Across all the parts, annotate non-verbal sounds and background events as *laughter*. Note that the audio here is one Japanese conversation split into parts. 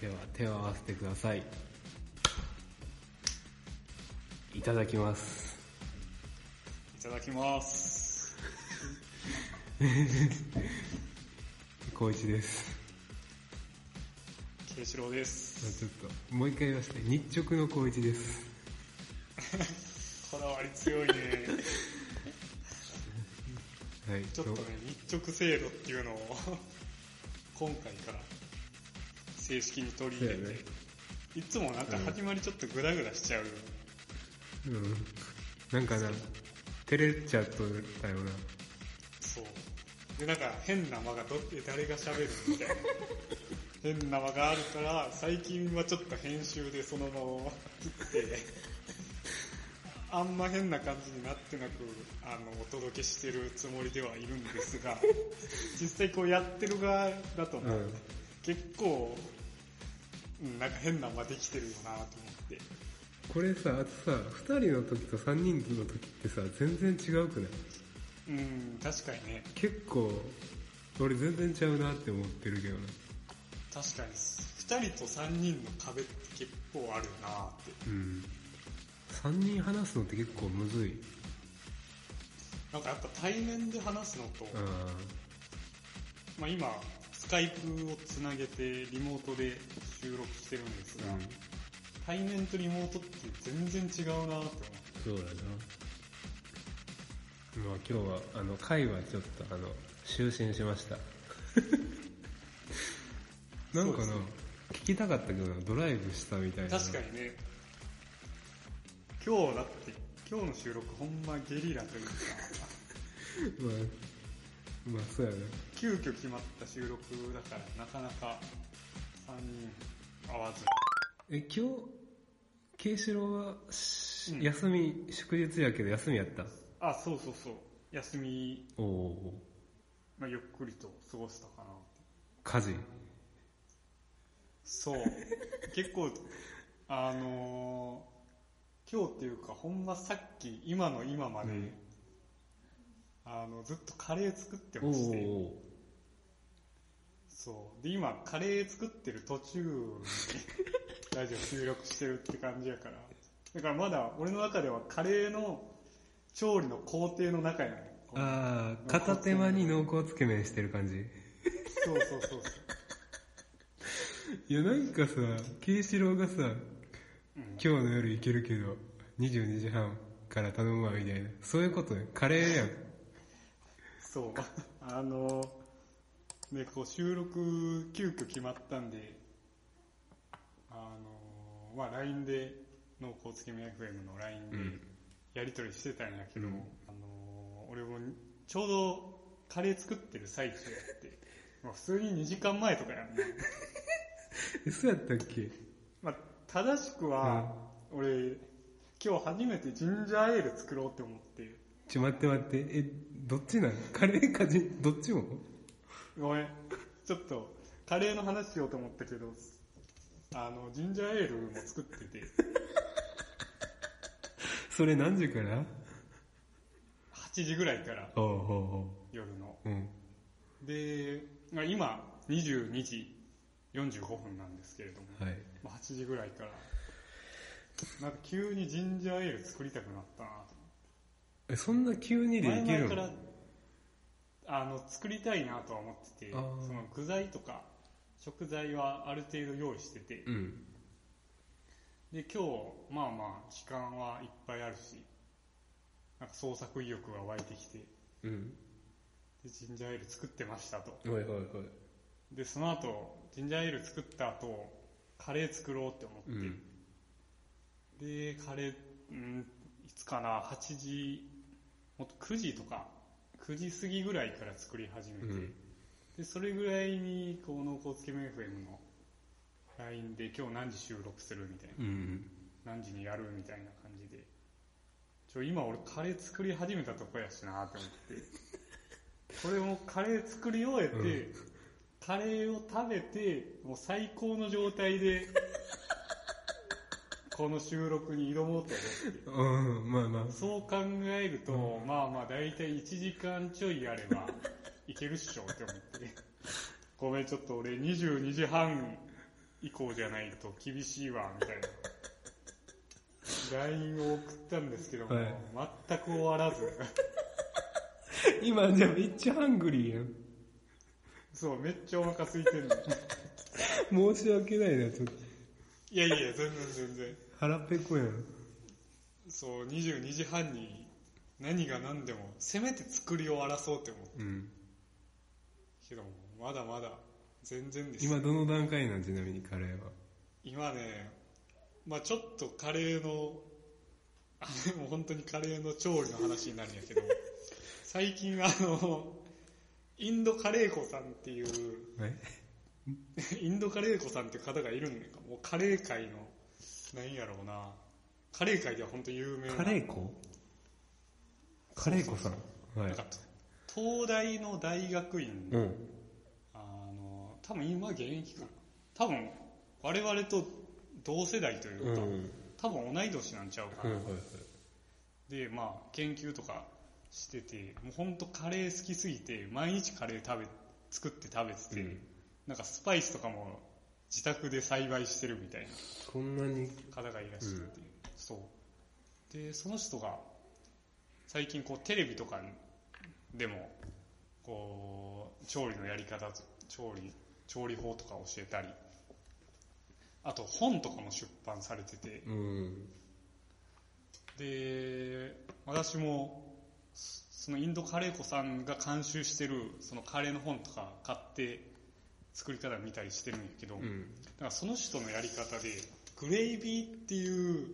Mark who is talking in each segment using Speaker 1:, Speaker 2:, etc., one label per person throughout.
Speaker 1: では手を合わせてくださいいただきます
Speaker 2: いただきます。
Speaker 1: 光一です
Speaker 2: 慶志郎です。
Speaker 1: ちょっともう一回言わせて日直の光一です
Speaker 2: こだわり強
Speaker 1: *laughs*
Speaker 2: いね。
Speaker 1: はい
Speaker 2: ちょっとね、日直制度っていうのを、今回から正式に取り入れ
Speaker 1: そ
Speaker 2: て、
Speaker 1: うやね
Speaker 2: いつもなんか始まりちょっとグダグダしちゃう。
Speaker 1: うんなんかな照れちゃっとだよな
Speaker 2: そう。で、なんか変な間がど、え誰が喋るみ
Speaker 1: *laughs*
Speaker 2: たいな。変な間があるから、最近はちょっと編集でその間を切って、あんま変な感じになってなく、あの、お届けしてるつもりではいるんですが、実際こうやってる側だとね、
Speaker 1: うん
Speaker 2: 結構、うんなんか変な間できてるよなと思って。
Speaker 1: これさあとさ2人の時と3人の時ってさ全然違うくない
Speaker 2: うん、確かにね。
Speaker 1: 結構俺全然ちゃうなって思ってるけどな
Speaker 2: 確かに、二人と三人の壁って結構あるなって。
Speaker 1: うん3人話すのって結構むずい
Speaker 2: なんかやっぱ対面で話すのと、
Speaker 1: あ
Speaker 2: まあ今、スカイプをつなげてリモートで収録してるんですが、
Speaker 1: あ
Speaker 2: 対面とリモートって全然違うなって思って。
Speaker 1: そうだなまあ今日はあの会はちょっとあの就寝しました
Speaker 2: *laughs*
Speaker 1: なんかな
Speaker 2: そう
Speaker 1: 聞きたかったけどなドライブしたみたいな
Speaker 2: 確かにね、今日だって、今日の収録ほんまゲリラというか、
Speaker 1: まあ、まあそうやな
Speaker 2: 急遽決まった収録だからなかなか三人会わず。
Speaker 1: え今日慶志郎はし、
Speaker 2: うん
Speaker 1: 休み祝日やけど休みやった
Speaker 2: あ、そうそうそう。休み、
Speaker 1: おお
Speaker 2: まあ、ゆっくりと過ごしたかなって。
Speaker 1: 家事
Speaker 2: そう。結構、あのー今日っていうか、ほんまさっき、今の今まで、
Speaker 1: うん
Speaker 2: あの、ずっとカレー作って
Speaker 1: お
Speaker 2: まして、
Speaker 1: お
Speaker 2: そう。で、今、カレー作ってる途中に、ラジオ収録してるって感じやから。だからまだ、俺の中ではカレーの調理の工程の中やねんこの
Speaker 1: ああ片手間に濃厚つけ麺してる感じ
Speaker 2: そうそうそうそう。
Speaker 1: いやなんかさ慶志郎がさ
Speaker 2: うん
Speaker 1: 今日の夜行けるけど22時半から頼むわみたいなそういうことねカレーやん
Speaker 2: そう。あの、で、こう収録急遽決まったんで、あの、まあ LINE で、濃厚つけ麺 FM の LINE で
Speaker 1: うん
Speaker 2: やり取りしてたんやけど、
Speaker 1: うん
Speaker 2: あの、俺もちょうどカレー作ってる最中やって、 *laughs* まあ普通に2時間前とかやんね。
Speaker 1: えそうやったっけ
Speaker 2: まあ正しくは、俺、今日初めてジンジャーエール作ろうって思って、
Speaker 1: ちょ待って待ってえどっちなんカレーかじどっちも
Speaker 2: ごめん。ちょっと、カレーの話しようと思ったけど、あの、ジンジャーエールも作ってて、
Speaker 1: それ何時から
Speaker 2: 8時ぐらいから、
Speaker 1: おうお
Speaker 2: 夜の。
Speaker 1: うおううん
Speaker 2: で、まあ、今、22時45分なんですけれども、
Speaker 1: はい
Speaker 2: まあ、8時ぐらいから、なんか急にジンジャーエール作りたくなったなと
Speaker 1: えそんな急にでいけ
Speaker 2: 前
Speaker 1: る
Speaker 2: 々か
Speaker 1: の
Speaker 2: ら、あの、作りたいなとは思ってて、
Speaker 1: あー
Speaker 2: その具材とか、食材はある程度用意してて、
Speaker 1: うん
Speaker 2: で今日まあまあ時間はいっぱいあるしなんか創作意欲が湧いてきて
Speaker 1: うん
Speaker 2: でジンジャーエール作ってましたと
Speaker 1: おいおいおい
Speaker 2: でその後ジンジャーエール作った後カレー作ろうって思って、
Speaker 1: うん
Speaker 2: でカレーうんいつかな8時もっと9時とか9時過ぎぐらいから作り始めて、
Speaker 1: うん
Speaker 2: でそれぐらいにこう濃厚つけ麺 FM の LINE で今日何時収録するみたいな
Speaker 1: うん
Speaker 2: 何時にやるみたいな感じで。ちょ、今俺カレー作り始めたとこやしなと思って。これもカレー作り終えて、
Speaker 1: うん
Speaker 2: カレーを食べて、もう最高の状態で、この収録に挑もうと思って。
Speaker 1: うんまあまあ
Speaker 2: そう考えると、
Speaker 1: う
Speaker 2: まあまあ大体1時間ちょいあれ
Speaker 1: *laughs*
Speaker 2: ば、いけるっしょって思って。ごめん、ちょっと俺22時半以降じゃないと厳しいわみたいな LINE を送ったんですけども、
Speaker 1: はい
Speaker 2: 全く終わらず
Speaker 1: *laughs* 今じゃめっちゃハングリーやん。
Speaker 2: そうめっちゃお腹空いてるの
Speaker 1: 申し訳ないな、ちょっと。
Speaker 2: いやいや全然全然
Speaker 1: 腹ペコやん。
Speaker 2: そう22時半に何が何でもせめて作りを争おうって思う
Speaker 1: うん。
Speaker 2: けどもまだまだ全然です
Speaker 1: 今どの段階なんちなみにカレーは。
Speaker 2: 今ね、まあちょっとカレーの、あでも本当にカレーの調理の話になるんやけ
Speaker 1: *laughs*
Speaker 2: ど、最近あの、インドカレー粉さんっていう、
Speaker 1: え
Speaker 2: インドカレー粉さんっていう方がいるんやんか、もうカレー界の、なんやろうな、カレー界では本当有名な、
Speaker 1: カレー粉カレー粉さん。は
Speaker 2: ないんか。東大の大学院
Speaker 1: う
Speaker 2: の、
Speaker 1: ん。。
Speaker 2: あの、多分今現役かな。多分、我々と同世代といううんか、
Speaker 1: はい
Speaker 2: 多分同い年なんちゃうか
Speaker 1: は
Speaker 2: な。
Speaker 1: いはい。
Speaker 2: でまあ研究とかしててもうほんとカレー好きすぎて毎日カレー食べ作って食べてて、
Speaker 1: うん
Speaker 2: なんかスパイスとかも自宅で栽培してるみたい
Speaker 1: そんなに。
Speaker 2: な方がいらっしゃって、
Speaker 1: うん
Speaker 2: そうでその人が最近こうテレビとかでもこう調理のやり方調理調理法とか教えたりあと本とかも出版されてて、
Speaker 1: うん。
Speaker 2: で私もそそのインドカレー粉さんが監修してるそのカレーの本とか買って作り方見たりしてるんやけど、
Speaker 1: う
Speaker 2: だ
Speaker 1: ん。
Speaker 2: からその人のやり方でグレイビーっていう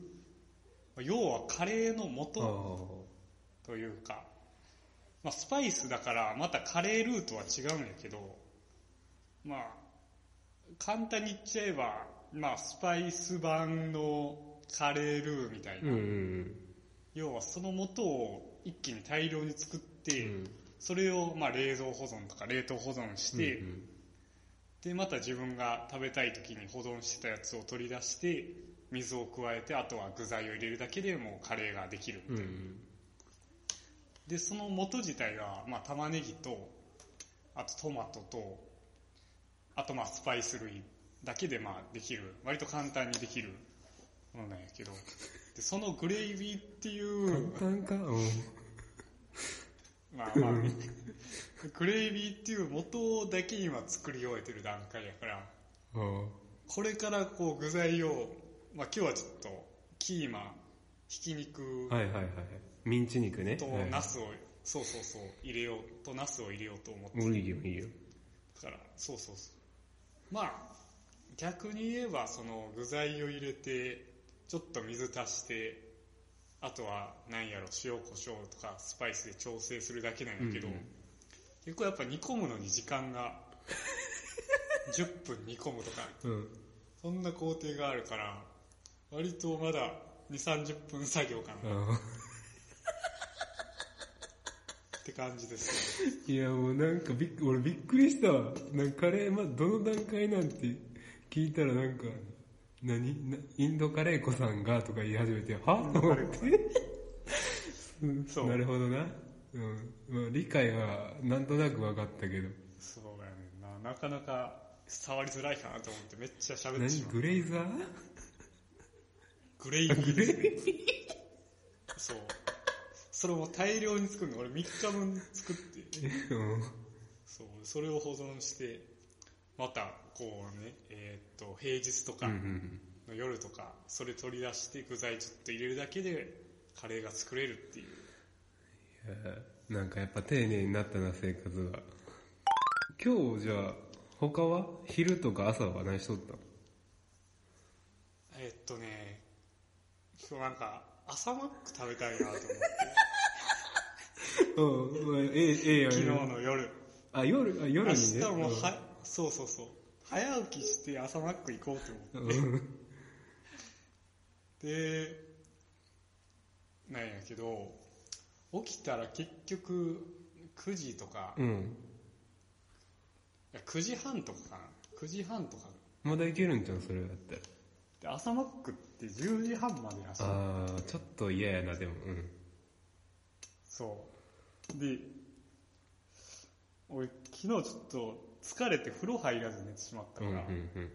Speaker 2: まあ要はカレーの
Speaker 1: あ
Speaker 2: 素というか、まあ、スパイスだからまたカレールートは違うんやけどまあ簡単に言っちゃえば、まあ、スパイス版のカレールーみたいな
Speaker 1: あ。うん。うん。
Speaker 2: 要はその素を一気に大量に作って、
Speaker 1: うん
Speaker 2: それをまあ冷蔵保存とか冷凍保存して、
Speaker 1: うん
Speaker 2: でまた自分が食べたい時に保存してたやつを取り出して水を加えてあとは具材を入れるだけでもうカレーができる、
Speaker 1: うん。うん。
Speaker 2: でその素自体がまあ玉ねぎとあとトマトとあとまあスパイス類だけでまあできる割と簡単にできるものなんやけどでそのグレイビーっていう
Speaker 1: 簡単かうん。
Speaker 2: まあまあ、グレイビーっていう元だけ今作り終えてる段階やから、
Speaker 1: あ
Speaker 2: これからこう具材を、まあ今日はちょっとキーマ、ひき肉
Speaker 1: あ。はいはいはい。ミンチ肉ね。
Speaker 2: と
Speaker 1: はい
Speaker 2: ナスを、そうそうそう、入れよう、とナスを入れようと思って
Speaker 1: もういいよ、いいよ。
Speaker 2: たから、そうそうそう。まあ、逆に言えばその具材を入れて、ちょっと水足して、あとはなんやろ、塩コショウとかスパイスで調整するだけなんやけど、
Speaker 1: うんうん
Speaker 2: 結構やっぱ煮込むのに時間が10分煮込むとか
Speaker 1: うん。
Speaker 2: そんな工程があるから割とまだ2 3 0分作業かなっ
Speaker 1: あ
Speaker 2: て感じですね
Speaker 1: あ。いやもうなんかびっく、俺びっくりしたわ。なんかカレー、ま、どの段階なんて聞いたらなんか、何なインドカレー粉さんがとか言い始めて、はと思って。うん
Speaker 2: そう
Speaker 1: なるほどな。うん。まあ理解はなんとなく分かったけど。
Speaker 2: そうやねんななかなか伝わりづらいかなと思ってめっちゃ喋って
Speaker 1: 何
Speaker 2: しまう
Speaker 1: グレイザー
Speaker 2: グレイビーですねそうそれも大量に作るの俺3日分作って
Speaker 1: うん。
Speaker 2: そうそれを保存してまたこうねえーっと平日とか、
Speaker 1: うんうん
Speaker 2: の夜とかそれ取り出して具材ちょっと入れるだけでカレーが作れるっていう
Speaker 1: いやなんかやっぱ丁寧になったな、生活が。今日じゃあ、他は昼とか朝は何しとったの
Speaker 2: えっとね今日なんか朝マック食べたいなと思って
Speaker 1: うん、まあ、ええ、ええやん。
Speaker 2: 昨日の夜
Speaker 1: あ、夜、あ、
Speaker 2: 明
Speaker 1: 夜に
Speaker 2: 日
Speaker 1: ね。
Speaker 2: も
Speaker 1: うん
Speaker 2: はそうそうそう早起きして朝マック行こうと思って
Speaker 1: うん
Speaker 2: でなんやけど起きたら結局9時とか、
Speaker 1: う
Speaker 2: い
Speaker 1: ん。
Speaker 2: や9時半とかかな9時半とか
Speaker 1: まだいけるんじゃん、それだったら。
Speaker 2: で朝マックって10時半までらしい
Speaker 1: あー、ちょっと嫌やな、でも。うん。
Speaker 2: そう。で、俺昨日ちょっと疲れて風呂入らず寝てしまった
Speaker 1: う
Speaker 2: か
Speaker 1: ん、う
Speaker 2: ら、
Speaker 1: ん、うん。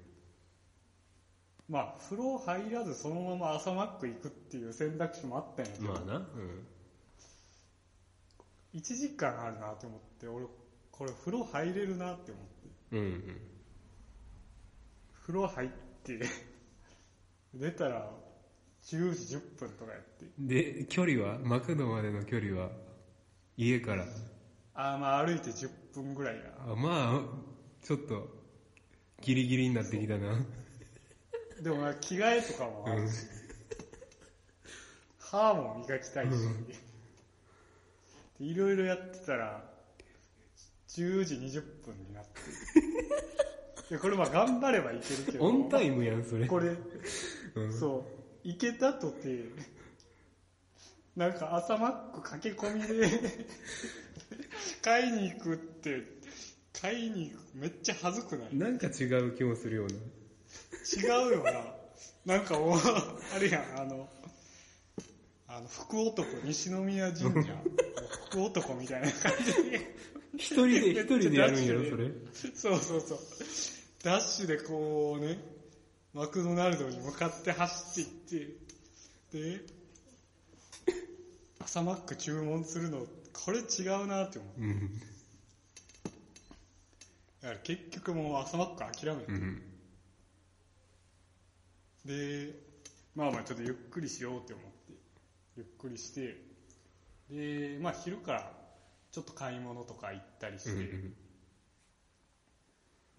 Speaker 2: まあ、風呂入らずそのまま朝マック行くっていう選択肢もあったんやけど、
Speaker 1: まあな、うん。
Speaker 2: 1時間あるなと思って、俺、これ風呂入れるなって思っ
Speaker 1: う
Speaker 2: て。
Speaker 1: んうん。
Speaker 2: 風呂入って、出たら10時10分とかやって。
Speaker 1: で、距離はマクドまでの距離は家から。
Speaker 2: あーまあ歩いて10分ぐらいやな。
Speaker 1: あまあ、ちょっと、ギリギリになってきたな。
Speaker 2: でもな着替えとかもあるし、歯も磨きたいし、でいろいろやってたら、10時20分になって。いやこれまあ頑張ればいけるけど、
Speaker 1: オンタイムやん、それ。
Speaker 2: これ、
Speaker 1: うん
Speaker 2: そう、いけたとて、なんか朝マック駆け込みで、買いに行くって、買いに行く、めっちゃ恥ずくない
Speaker 1: なんか違う気もするような。
Speaker 2: 違うよな。なんかもう、あれやん、あの、あの、福男、西宮神社、福男みたいな感じで、
Speaker 1: 一人で、一人でやるんやろ、それ。
Speaker 2: そうそうそう。ダッシュでこうね、マクドナルドに向かって走っていって、で、朝マック注文するの、これ違うなって思う。
Speaker 1: うん。
Speaker 2: だから結局もう朝マック諦めて
Speaker 1: う、ん。
Speaker 2: でまあまあちょっとゆっくりしようって思ってゆっくりしてでまあ昼からちょっと買い物とか行ったりして、
Speaker 1: うん。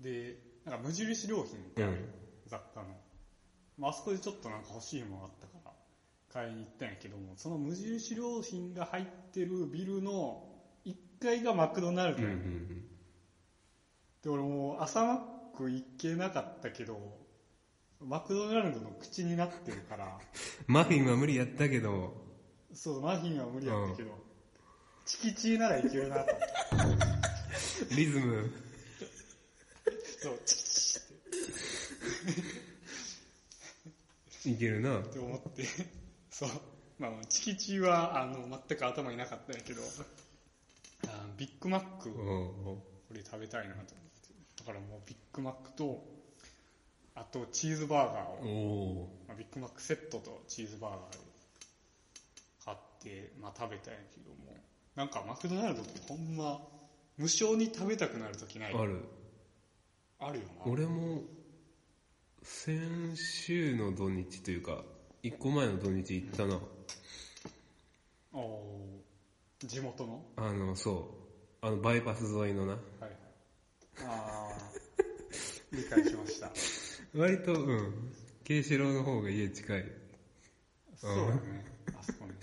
Speaker 2: でなんか無印良品ってある、
Speaker 1: うん
Speaker 2: 雑貨の、まああそこでちょっとなんか欲しいものあったから買いに行ったんやけどもその無印良品が入ってるビルの1階がマクドナル
Speaker 1: う
Speaker 2: ド
Speaker 1: ん。う
Speaker 2: やねん
Speaker 1: ん。
Speaker 2: で俺もう朝マック行けなかったけどマクドナルドの口になってるから *laughs*
Speaker 1: マフィンは無理やったけど、
Speaker 2: そう、マフィンは無理やったけど、チキチーならいけるなと思って。
Speaker 1: リズム。
Speaker 2: そう、チキチーっ
Speaker 1: いけるな。
Speaker 2: て思って、 *laughs* そう、まあ、チキチーは、あの、全く頭になかったんやけど、あビッグマック、
Speaker 1: お
Speaker 2: こ
Speaker 1: うお
Speaker 2: れ食べたいなと思って。だからもうビッグマックと、あとチーズバーガー
Speaker 1: う
Speaker 2: を、
Speaker 1: おう
Speaker 2: まあ、ビッグマックセットとチーズバーガーで買って、まあ食べたんやけども、なんかマクドナルドってほんま、無償に食べたくなるときない。
Speaker 1: ある。
Speaker 2: あるよな。
Speaker 1: 俺も、先週の土日というか、一個前の土日行ったな。
Speaker 2: おー地元の
Speaker 1: あの、そう。あの、バイパス沿いのな。
Speaker 2: はい。ああ、理解しました。
Speaker 1: 割と、うん。慶四郎の方が家近い。
Speaker 2: そうだね。あそこね。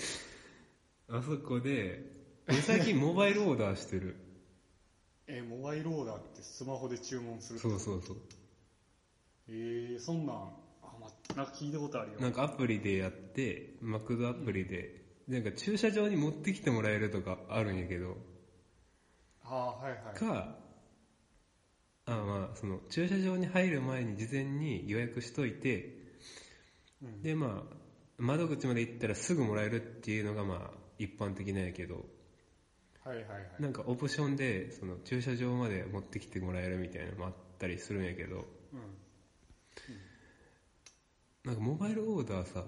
Speaker 1: あそこで、俺最近モバイルオーダーしてる。
Speaker 2: えー、モバイルオーダーってスマホで注文する
Speaker 1: そうそうそう。
Speaker 2: えー、そんなん、あ、ま、なんか聞いたことあるよ。
Speaker 1: なんかアプリでやって、マクドアプリで、なんか駐車場に持ってきてもらえるとかあるんやけど、
Speaker 2: ああー、はいはい。
Speaker 1: か、あまあ、その、駐車場に入る前に事前に予約しといて、
Speaker 2: うん
Speaker 1: でまあ、窓口まで行ったらすぐもらえるっていうのがまあ、一般的なんやけど、
Speaker 2: はいはいはい。
Speaker 1: なんかオプションで、その、駐車場まで持ってきてもらえるみたいなのもあったりするんやけど、
Speaker 2: うん。
Speaker 1: なんかモバイルオーダーさ、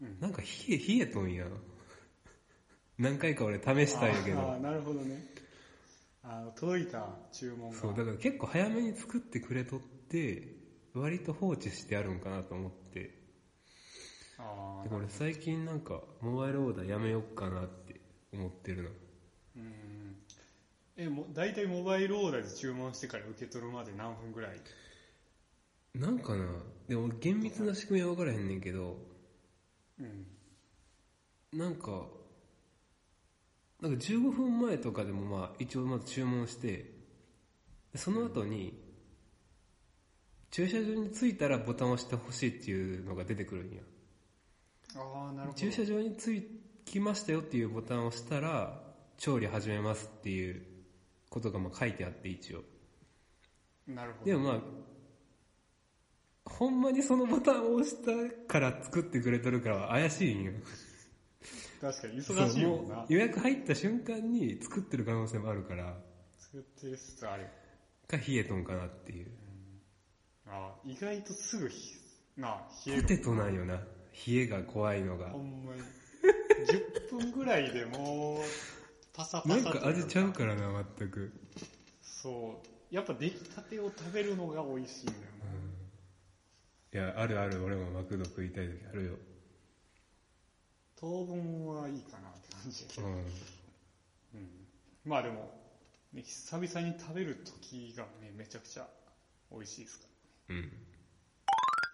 Speaker 2: うん
Speaker 1: なんか冷え、冷えとん *laughs* や。何回か俺試したんやけ
Speaker 2: あ
Speaker 1: ど
Speaker 2: ー。なるほどね。あの、届いた注文が。
Speaker 1: そう、だから結構早めに作ってくれとって、割と放置してあるんかなと思って。
Speaker 2: あ
Speaker 1: だ
Speaker 2: あ、
Speaker 1: から俺最近なんか、モバイルオーダーやめよっかなって思ってるの。
Speaker 2: うん。え、も、大体モバイルオーダーで注文してから受け取るまで何分ぐらい
Speaker 1: なんかな、でも俺厳密な仕組みは分からへんねんけど、
Speaker 2: うん。
Speaker 1: なんか、なんか15分前とかでもまあ一応まず注文して、その後に、駐車場に着いたらボタンを押してほしいっていうのが出てくるんや。
Speaker 2: ああ、なるほど。
Speaker 1: 駐車場に着きましたよっていうボタンを押したら、調理始めますっていうことがまあ書いてあって一応。
Speaker 2: なるほど。
Speaker 1: でもまあ、ほんまにそのボタンを押したから作ってくれとるからは怪しいんよ。
Speaker 2: 確かに忙しいもん
Speaker 1: そう
Speaker 2: な
Speaker 1: う。予約入った瞬間に作ってる可能性もあるから、
Speaker 2: 作ってる人ある。
Speaker 1: が冷えとんかなっていう。
Speaker 2: ああ意外とすぐひな冷え
Speaker 1: ポ
Speaker 2: る
Speaker 1: テトなんよな冷えが怖いのが
Speaker 2: ほんまに10分ぐらいでもうパサパ
Speaker 1: な
Speaker 2: サ
Speaker 1: んか味ちゃう
Speaker 2: ら
Speaker 1: からな全く、
Speaker 2: そうやっぱ出来たてを食べるのが美味しいんだよ
Speaker 1: う
Speaker 2: ね
Speaker 1: んいやあるある俺もマクド食いたい時あるよ、
Speaker 2: 当分はいいかなって感じやけ
Speaker 1: う
Speaker 2: ど、
Speaker 1: ん、
Speaker 2: うんまあでも、ね、久々に食べる時がねめちゃくちゃ美味しいですから
Speaker 1: うん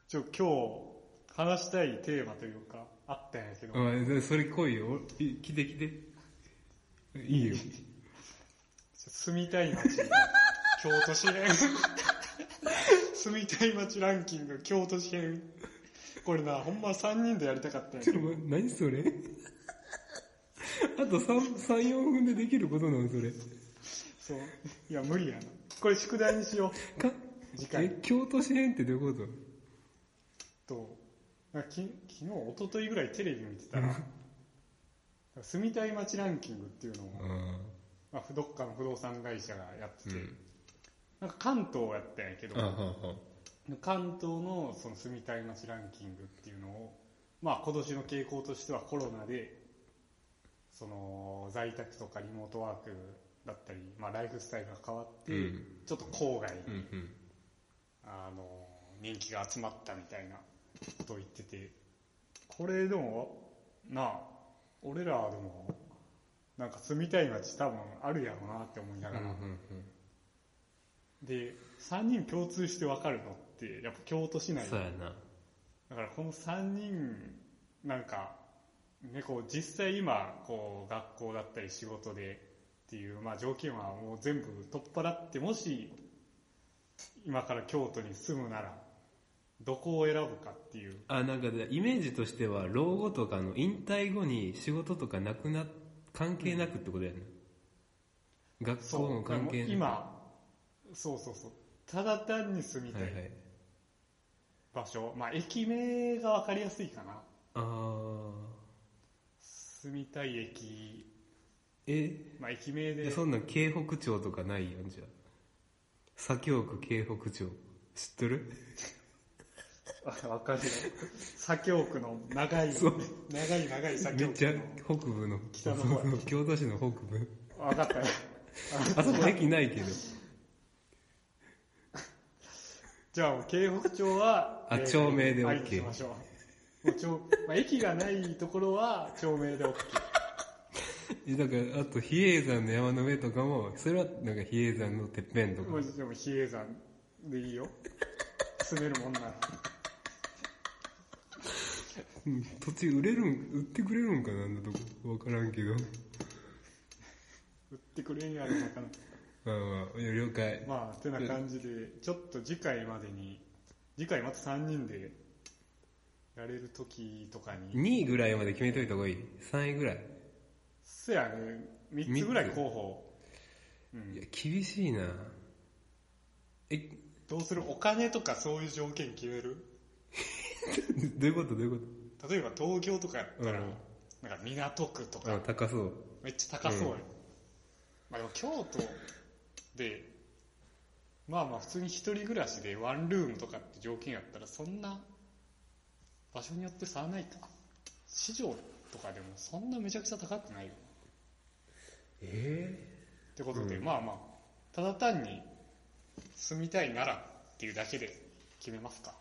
Speaker 2: ちょ今日話したいテーマというかあったんやけど、
Speaker 1: あでそれ来いよおい来て来ていいよ
Speaker 2: 住みたい街、京都市編。 *laughs* 住みたい街ランキング、京都市編。これな、ほんま3人でやりたかったんや
Speaker 1: ち
Speaker 2: け
Speaker 1: ょっと
Speaker 2: ど、
Speaker 1: 待って何それあと3、3、4分でできることなのそれ。
Speaker 2: そう。いや、無理やな。これ宿題にしよ
Speaker 1: か
Speaker 2: 次回
Speaker 1: え、京都市編ってどういうこ
Speaker 2: う。と、なんかき昨日、一昨日ぐらいテレビ見てたら、住みたい街ランキングっていうのを
Speaker 1: と、あ
Speaker 2: まあ、不どっかの不動産会社がやって
Speaker 1: ー
Speaker 2: て、
Speaker 1: うん。
Speaker 2: なんか関東やったんやけど、
Speaker 1: あはは
Speaker 2: 関東のその住みたい街ランキングっていうのを、まあ、今年の傾向としてはコロナでその在宅とかリモートワークだったり、まあ、ライフスタイルが変わって、
Speaker 1: うん
Speaker 2: ちょっと郊外に、
Speaker 1: うんうん。
Speaker 2: あの人気が集まったみたいなことを言っててこれでもなあ俺らでもなんか住みたい街多分あるやろうなって思いな
Speaker 1: うん
Speaker 2: が
Speaker 1: う
Speaker 2: ら、
Speaker 1: ん
Speaker 2: で3人共通して分かるのってやっぱ京都市
Speaker 1: うん。
Speaker 2: 内
Speaker 1: そうやな。
Speaker 2: だからこの3人なんか、ね、こう実際今こう学校だったり仕事でっていう、まあ、条件はもう全部取っ払ってもし今から京都に住むならどこを選ぶかっていう
Speaker 1: あ、なんかで、イメージとしては、老後とかの引退後に仕事とかなくな、関係なくってことやな。学校も関係な
Speaker 2: で
Speaker 1: く。
Speaker 2: も今そうそうそうただ単に住みた
Speaker 1: はいはいい。
Speaker 2: 場所、まあ駅名が分かりやすいかな
Speaker 1: あー。
Speaker 2: 住みたい駅
Speaker 1: え、
Speaker 2: まあ駅名
Speaker 1: いや
Speaker 2: で
Speaker 1: そんなん京北町とかないやんじゃあ左京区京北町知っとる
Speaker 2: あ *laughs* わかるよ。左京区の長い、
Speaker 1: そう
Speaker 2: 長い長い左
Speaker 1: め
Speaker 2: 京
Speaker 1: っちゃ
Speaker 2: 区
Speaker 1: 北部の
Speaker 2: 北の方や
Speaker 1: そうそう *laughs* 京都市の北部
Speaker 2: の。わかったよ。
Speaker 1: あそこ駅ないけど
Speaker 2: じゃあ、京北町は、
Speaker 1: あ町名で OK
Speaker 2: ありにしましょう。もう町 *laughs* まあ、駅がないところは、町名で OK。
Speaker 1: えだからあと比叡山の山の上とかもそれはなんか比叡山のてっぺんとか
Speaker 2: もうでも、比叡山でいいよ。住めるもんなら。
Speaker 1: うん土地売れるん売ってくれるんかなあんなとこわからんけど
Speaker 2: 売ってくれんやろ、なかなか。
Speaker 1: まあまあいや了解
Speaker 2: まあ、てな感じで、ちょっと次回までに、次回また3人で、やれる時とかに、
Speaker 1: 2位ぐらいまで決めといた方がいい3位ぐらい
Speaker 2: せやね、3つぐらい候補。うん
Speaker 1: いや厳しいな *laughs* え
Speaker 2: どうするお金とかそういう条件決める
Speaker 1: どういうことどういうこと
Speaker 2: 例えば東京とかやったら、
Speaker 1: うん
Speaker 2: なんか港区と
Speaker 1: あ
Speaker 2: か、
Speaker 1: 高そう
Speaker 2: めっちゃ高そうや、
Speaker 1: うん
Speaker 2: まあでも京都で、まあまあ普通に一人暮らしでワンルームとかって条件やったら、そんな場所によって差はないか。市場とかでもそんなめちゃくちゃ高くないよ。
Speaker 1: ええ
Speaker 2: ってことで、
Speaker 1: うん
Speaker 2: まあまあ、ただ単に住みたいならっていうだけで決めますか。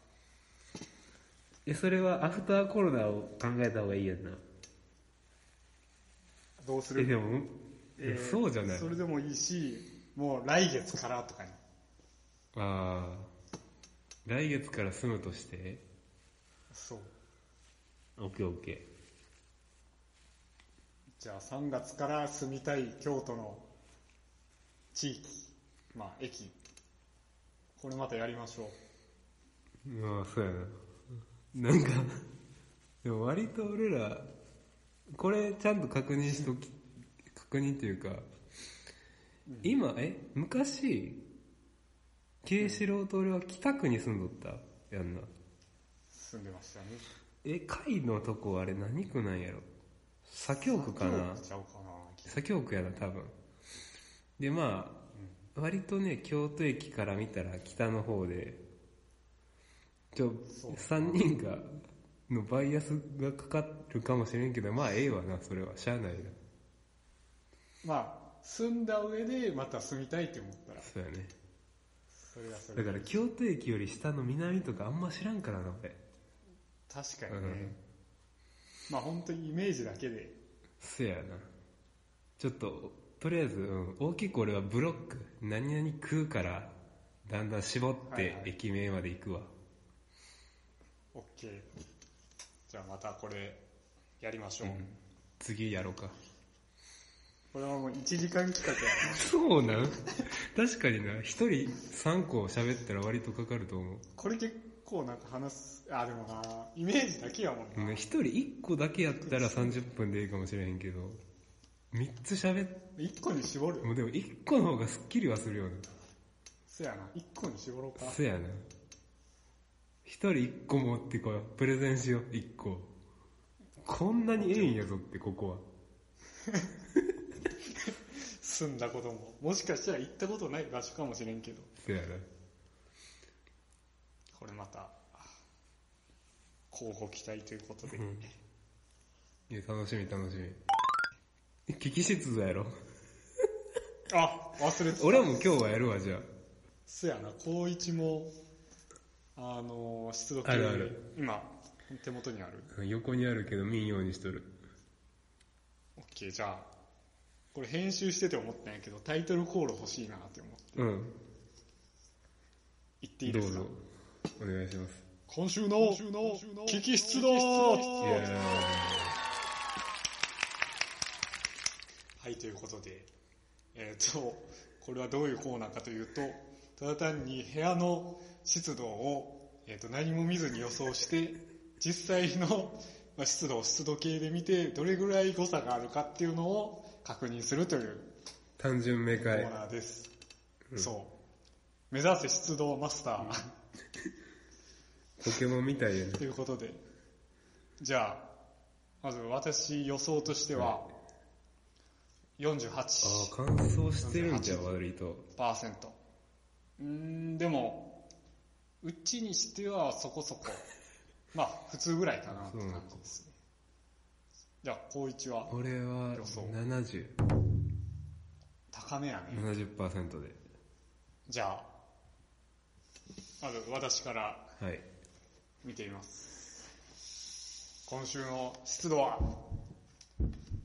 Speaker 1: え、それはアフターコロナを考えた方がいいやんな。
Speaker 2: どうす
Speaker 1: え、
Speaker 2: る
Speaker 1: でも、いや
Speaker 2: えー
Speaker 1: そうじゃない。
Speaker 2: それでもいいし、もう来月からとかに。
Speaker 1: ああ。来月から住むとして、
Speaker 2: そう。
Speaker 1: オッケーオッケ
Speaker 2: じゃあ3月から住みたい京都の地域、まあ駅。これまたやりましょ
Speaker 1: ー。まあ、そうやな。なんか、でも割と俺ら、これちゃんと確認しとき、確認というか、今、え、昔、慶四郎と俺は北区に住んどったやんな。
Speaker 2: う。住んでましたね。
Speaker 1: え、海のとこあれ何区なんやろ左京区かな
Speaker 2: 京都ちゃうかな。
Speaker 1: 左京区やな多分でまあ割とね京都駅から見たら北の方でちょ
Speaker 2: そう、
Speaker 1: 3人が、のバイアスがかかるかもしれんけど、まあええわな、それは。しゃあないな。
Speaker 2: まあ住んだ上でまた住みたいって思ったら
Speaker 1: そうやね。
Speaker 2: それはそれ
Speaker 1: だ
Speaker 2: で
Speaker 1: から京都駅より下の南とかあんま知らんからな、俺。
Speaker 2: 確かに
Speaker 1: う
Speaker 2: ね
Speaker 1: ん
Speaker 2: まあ本当にイメージだけで
Speaker 1: せやな。ちょっと、とりあえず、うん、大きく俺はブロック、何々食うから、だんだん絞っ
Speaker 2: はい
Speaker 1: て
Speaker 2: はい
Speaker 1: 駅名まで行くわ。
Speaker 2: OK じゃあまたこれやりましょう、
Speaker 1: うん次やろうか。
Speaker 2: これはもう1時間企画やな
Speaker 1: そうなん確かにな、一人3個喋ったら割とかかると思
Speaker 2: これ結構なんか話す、あ、でもな、イメージだけやもん
Speaker 1: う。
Speaker 2: な。
Speaker 1: ね一人1個だけやったら30分でいいかもしれへんけど、3つ喋っ
Speaker 2: 一個に絞る
Speaker 1: もうでも1個の方がスッキリはするよな。
Speaker 2: そやな、一個に絞ろうか。
Speaker 1: そやな。一人一個持ってこよう。プレゼンしよう、一個。こんなにええんやぞって、ここは。
Speaker 2: 住んだことも。もしかしたら行ったことない場所かもしれんけど。
Speaker 1: そやな。
Speaker 2: これまた、候補期待ということで。
Speaker 1: んいや、楽しみ、楽しみ。聞きしつつやろ。
Speaker 2: あ、忘れてた。
Speaker 1: 俺も今日はやるわ、じゃあ。
Speaker 2: そやな、高一も、あのー、出土
Speaker 1: あるある
Speaker 2: 今、手元にある。
Speaker 1: 横にあるけど、見んようにしとる。
Speaker 2: オッケーじゃあ、これ編集してて思ったんやけど、タイトルコール欲しいなって思って。
Speaker 1: うん。
Speaker 2: 言っていい
Speaker 1: ど
Speaker 2: で
Speaker 1: う
Speaker 2: すか
Speaker 1: ぞ。お願いします。
Speaker 2: 今週の、危機出動
Speaker 1: いやー
Speaker 2: はい、ということで、えっ、と、これはどういうコーナーかというと、ただ単に部屋の湿度を、えっ、と、何も見ずに予想して、実際の、まあ、湿度を湿度計で見て、どれぐらい誤差があるかっていうのを確認するという
Speaker 1: 単純明
Speaker 2: コ
Speaker 1: 快
Speaker 2: ー。ナーです。そう。目指せ湿度マスター。
Speaker 1: ポケモンみたいやな。
Speaker 2: ということで、じゃあ、まず私予想としては、
Speaker 1: あ
Speaker 2: 48%。
Speaker 1: あ、乾燥してるんじゃ、割と。
Speaker 2: うーん、でも、うちにしてはそこそこ、まあ、普通ぐらいかなって感じですね。じゃあ、高一は
Speaker 1: 俺は、70。
Speaker 2: 高めやね。
Speaker 1: 70%で。
Speaker 2: じゃあ、まず私から
Speaker 1: はい。
Speaker 2: 見てみます。今週の湿度は、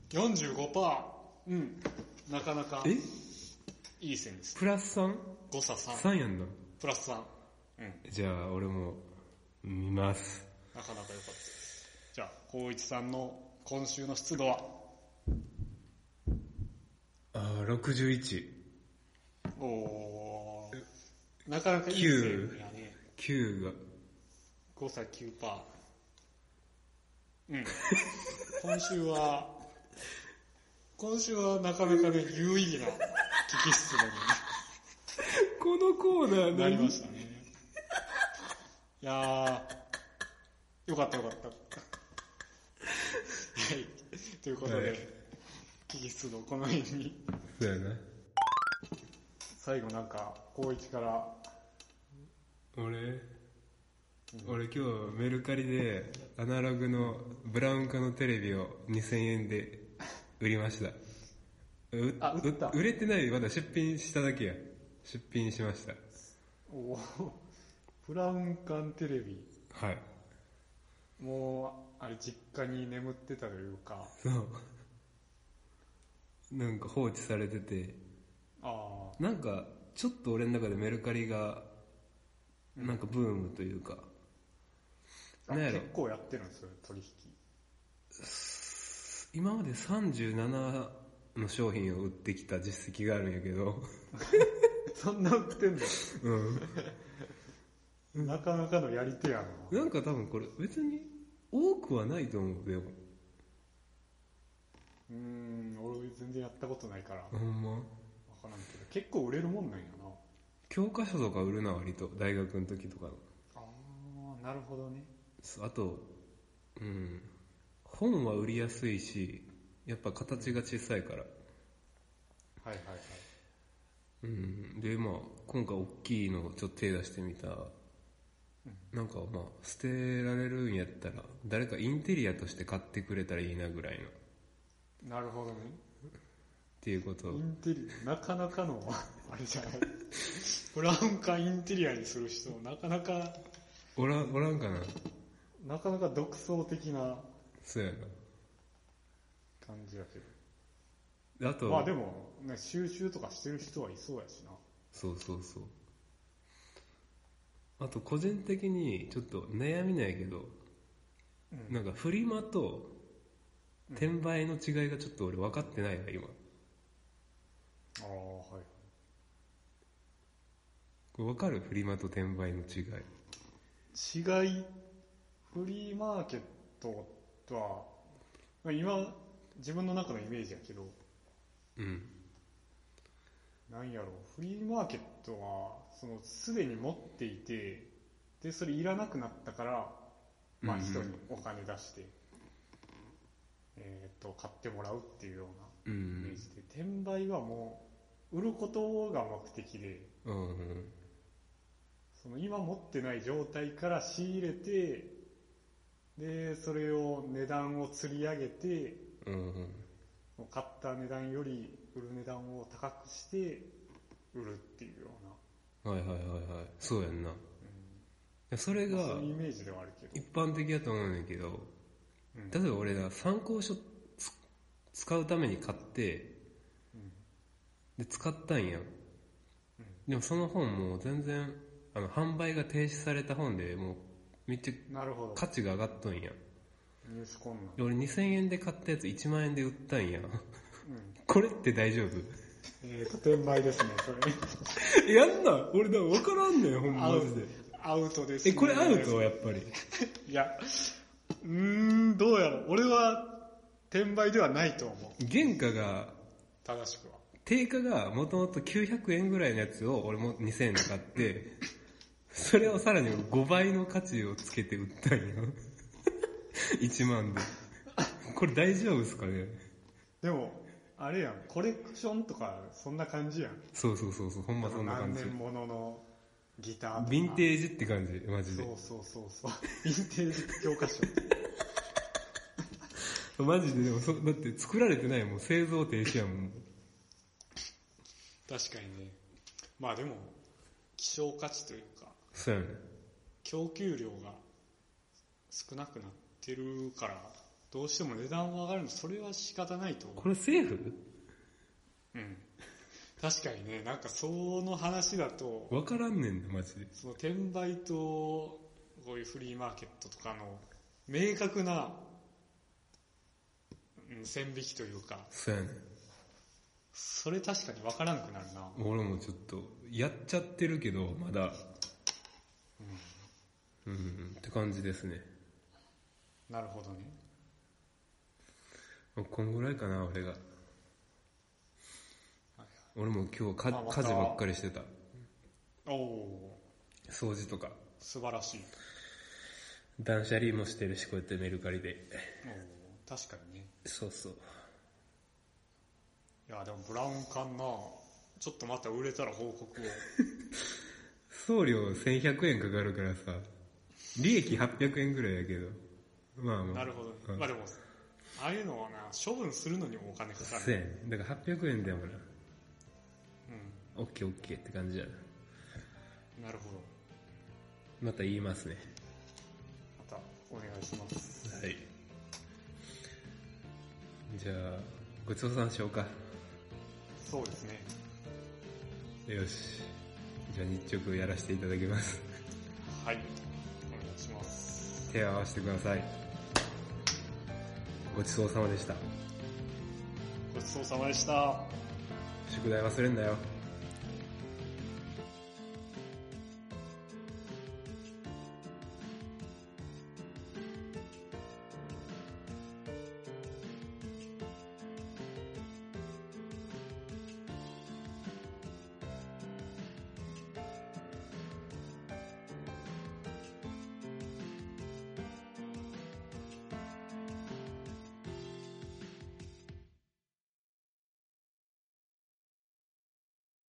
Speaker 2: 45%。うん。なかなか
Speaker 1: え
Speaker 2: いい線です。
Speaker 1: プラス 3?
Speaker 2: 誤差3、
Speaker 1: 3やんな。
Speaker 2: プラス3。うん。
Speaker 1: じゃあ、俺も、見ます。
Speaker 2: なかなか良かったです。じゃあ、光一さんの今週の湿度は、
Speaker 1: ああ、61。
Speaker 2: おーなかなかいい線やね。
Speaker 1: 9が、
Speaker 2: 誤差9%。うん。 *laughs* 今週は、今週はなかなかね、有意義な危機湿度に。
Speaker 1: このコーナー
Speaker 2: なりま
Speaker 1: し
Speaker 2: したね。いやー、よかったよかった。はい。ということ
Speaker 1: はい
Speaker 2: で、危機室のこの辺に、
Speaker 1: た。そうやな。
Speaker 2: 最後なんか、高一から、
Speaker 1: 俺、俺今日メルカリでアナログのブラウン化のテレビを2000円で売りました。う
Speaker 2: あ売った
Speaker 1: う売れてないまだ出品しただけや。出品しました。
Speaker 2: おーブラウン管テレビ、
Speaker 1: はい。
Speaker 2: もう、あれ実家に眠ってたというか、
Speaker 1: そう。なんか放置されてて、
Speaker 2: あ
Speaker 1: なんかちょっと俺の中でメルカリが、なんかブームというか、
Speaker 2: ーあ、
Speaker 1: なんやろ
Speaker 2: 結構やってるんですよ、取引。
Speaker 1: 今まで37の商品を売ってきた実績があるんやけど、
Speaker 2: そんな売ってん
Speaker 1: うん。
Speaker 2: のなかなかのやり手やな。
Speaker 1: なんか多分これ別に多くはないと思うでも
Speaker 2: うーん、俺全然やったことないから、わ
Speaker 1: ほんま
Speaker 2: からんけど、結構売れるもんなんやな。
Speaker 1: 教科書とか売るな割と大学の時とかの
Speaker 2: ああなるほどね
Speaker 1: そうあとうん本は売りやすいしやっぱ形が小さいから
Speaker 2: はいはいはい
Speaker 1: うんでまあ今回大きいのをちょっと手出してみたなんかまあ捨てられるんやったら誰かインテリアとして買ってくれたらいいなぐらいのっ
Speaker 2: なるほどね
Speaker 1: ていうこと
Speaker 2: イ
Speaker 1: を
Speaker 2: ンテリなかなかの *laughs* あれじゃないブラウン管インテリアにする人なかなか
Speaker 1: おらんおらんかな
Speaker 2: なかなか独創的な
Speaker 1: そうや
Speaker 2: 感じだけ
Speaker 1: なあと、
Speaker 2: どまあでも、ね、収集とかしてる人はいそうやしな
Speaker 1: そうそうそうあと個人的にちょっと悩みないけど、
Speaker 2: うん
Speaker 1: なんかフリマと転売の違いがちょっと俺分かってないわ今
Speaker 2: ああはい
Speaker 1: これ分かるフリマと転売の違い
Speaker 2: 違いフリーマーケットとはまあ今自分の中のイメージやけど
Speaker 1: うん
Speaker 2: なんやろうフリーマーケットはそのすでに持っていてでそれいらなくなったから、まあ、
Speaker 1: うんうん
Speaker 2: 人にお金出して、えー、と買ってもらうっていうよ
Speaker 1: う
Speaker 2: うなイメー
Speaker 1: ん
Speaker 2: ジで、転売はもう売ることが目的で
Speaker 1: うんうん
Speaker 2: その今持ってない状態から仕入れてでそれを値段を釣り上げて
Speaker 1: うんうん
Speaker 2: もう買った値段より売る値段を高くして売るっていうような、
Speaker 1: はいはいはいはいそうやんないやそれ
Speaker 2: うん
Speaker 1: が
Speaker 2: そういうイメージではあるけど
Speaker 1: 一般的やと思うねんだけど
Speaker 2: うん
Speaker 1: 例えば俺が参考書つ使うために買って
Speaker 2: うん
Speaker 1: で使ったんやんでもその本もう全然あの販売が停止された本でもうめっちゃ
Speaker 2: なるほど
Speaker 1: 価値が上がっとんやん
Speaker 2: 入手困難
Speaker 1: で俺2000円で買ったやつ1万円で売ったんや *laughs*
Speaker 2: うん
Speaker 1: これって大丈夫
Speaker 2: えーと転売ですねそ
Speaker 1: *laughs*
Speaker 2: れ
Speaker 1: やんな俺だから分からんねんほんま
Speaker 2: ア
Speaker 1: マ
Speaker 2: ウ
Speaker 1: ジで
Speaker 2: アウトですね
Speaker 1: えこれアウトやっぱり
Speaker 2: いやうーんどうやろう俺は転売ではないと思う
Speaker 1: 原価が
Speaker 2: 正しくは
Speaker 1: 定価がもともと900円ぐらいのやつを俺も2000円で買って、それをさらに5倍の価値をつけて売ったんよ。1万で。これ大丈夫ですかね
Speaker 2: でも、あれやん、コレクションとか、そんな感じやん。
Speaker 1: そうそうそうそう、ほんまそんな
Speaker 2: 何
Speaker 1: 感じ。
Speaker 2: 年もののギターとか。
Speaker 1: ヴィンテージって感じ、マジで
Speaker 2: そう。そうそうそう。ヴィンテージ教
Speaker 1: *laughs*
Speaker 2: 科書。
Speaker 1: マジで、でもそ、だって作られてないもん、製造停止やもん。
Speaker 2: 確かにね。まあでも、希少価値というか、
Speaker 1: そうやね。
Speaker 2: 供給量が少なくなってるから、どうしても値段は上がるの、それは仕方ないと思
Speaker 1: これセーフ
Speaker 2: う。うん。確かにね、なんかその話だと、
Speaker 1: わからんねんな、マジで。
Speaker 2: その転売とこういうフリーマーケットとかの明確なうん線引きというか
Speaker 1: そうやね。
Speaker 2: それ確かに分からんくなるな
Speaker 1: 俺もちょっと、やっちゃってるけど、まだ。うん、うん、って感じですね。
Speaker 2: なるほどね
Speaker 1: もうこんぐらいかな、俺が。
Speaker 2: はい
Speaker 1: 俺も今日か
Speaker 2: あまた
Speaker 1: 家事ばっかりしてた。
Speaker 2: おお
Speaker 1: 掃除とか。
Speaker 2: 素晴らしい
Speaker 1: 断捨離もしてるし、こうやってメルカリで。
Speaker 2: おー確かにね
Speaker 1: そうそう。
Speaker 2: いやでもブラウン管なちょっとまた売れたら報告を
Speaker 1: 送料1100円かかるからさ、利益800円ぐらいやけど。まあまあ。
Speaker 2: なるほどね
Speaker 1: うん
Speaker 2: まあでもああいうのはな処分するのにもお金かか
Speaker 1: そう
Speaker 2: る
Speaker 1: やね。だから800円だよな。
Speaker 2: う
Speaker 1: オッケーオッケーって感じやな。
Speaker 2: んなるほど
Speaker 1: また言いますね。
Speaker 2: またお願いします
Speaker 1: はい。じゃあ、ごちそうさんしようか。
Speaker 2: そうですね
Speaker 1: よし。じゃあ日直やらせていただきます。 *laughs*
Speaker 2: はいお願いします
Speaker 1: 手を合わせてください。ごちそうさまでした。
Speaker 2: ごちそうさまでした。
Speaker 1: 宿題忘れんなよ。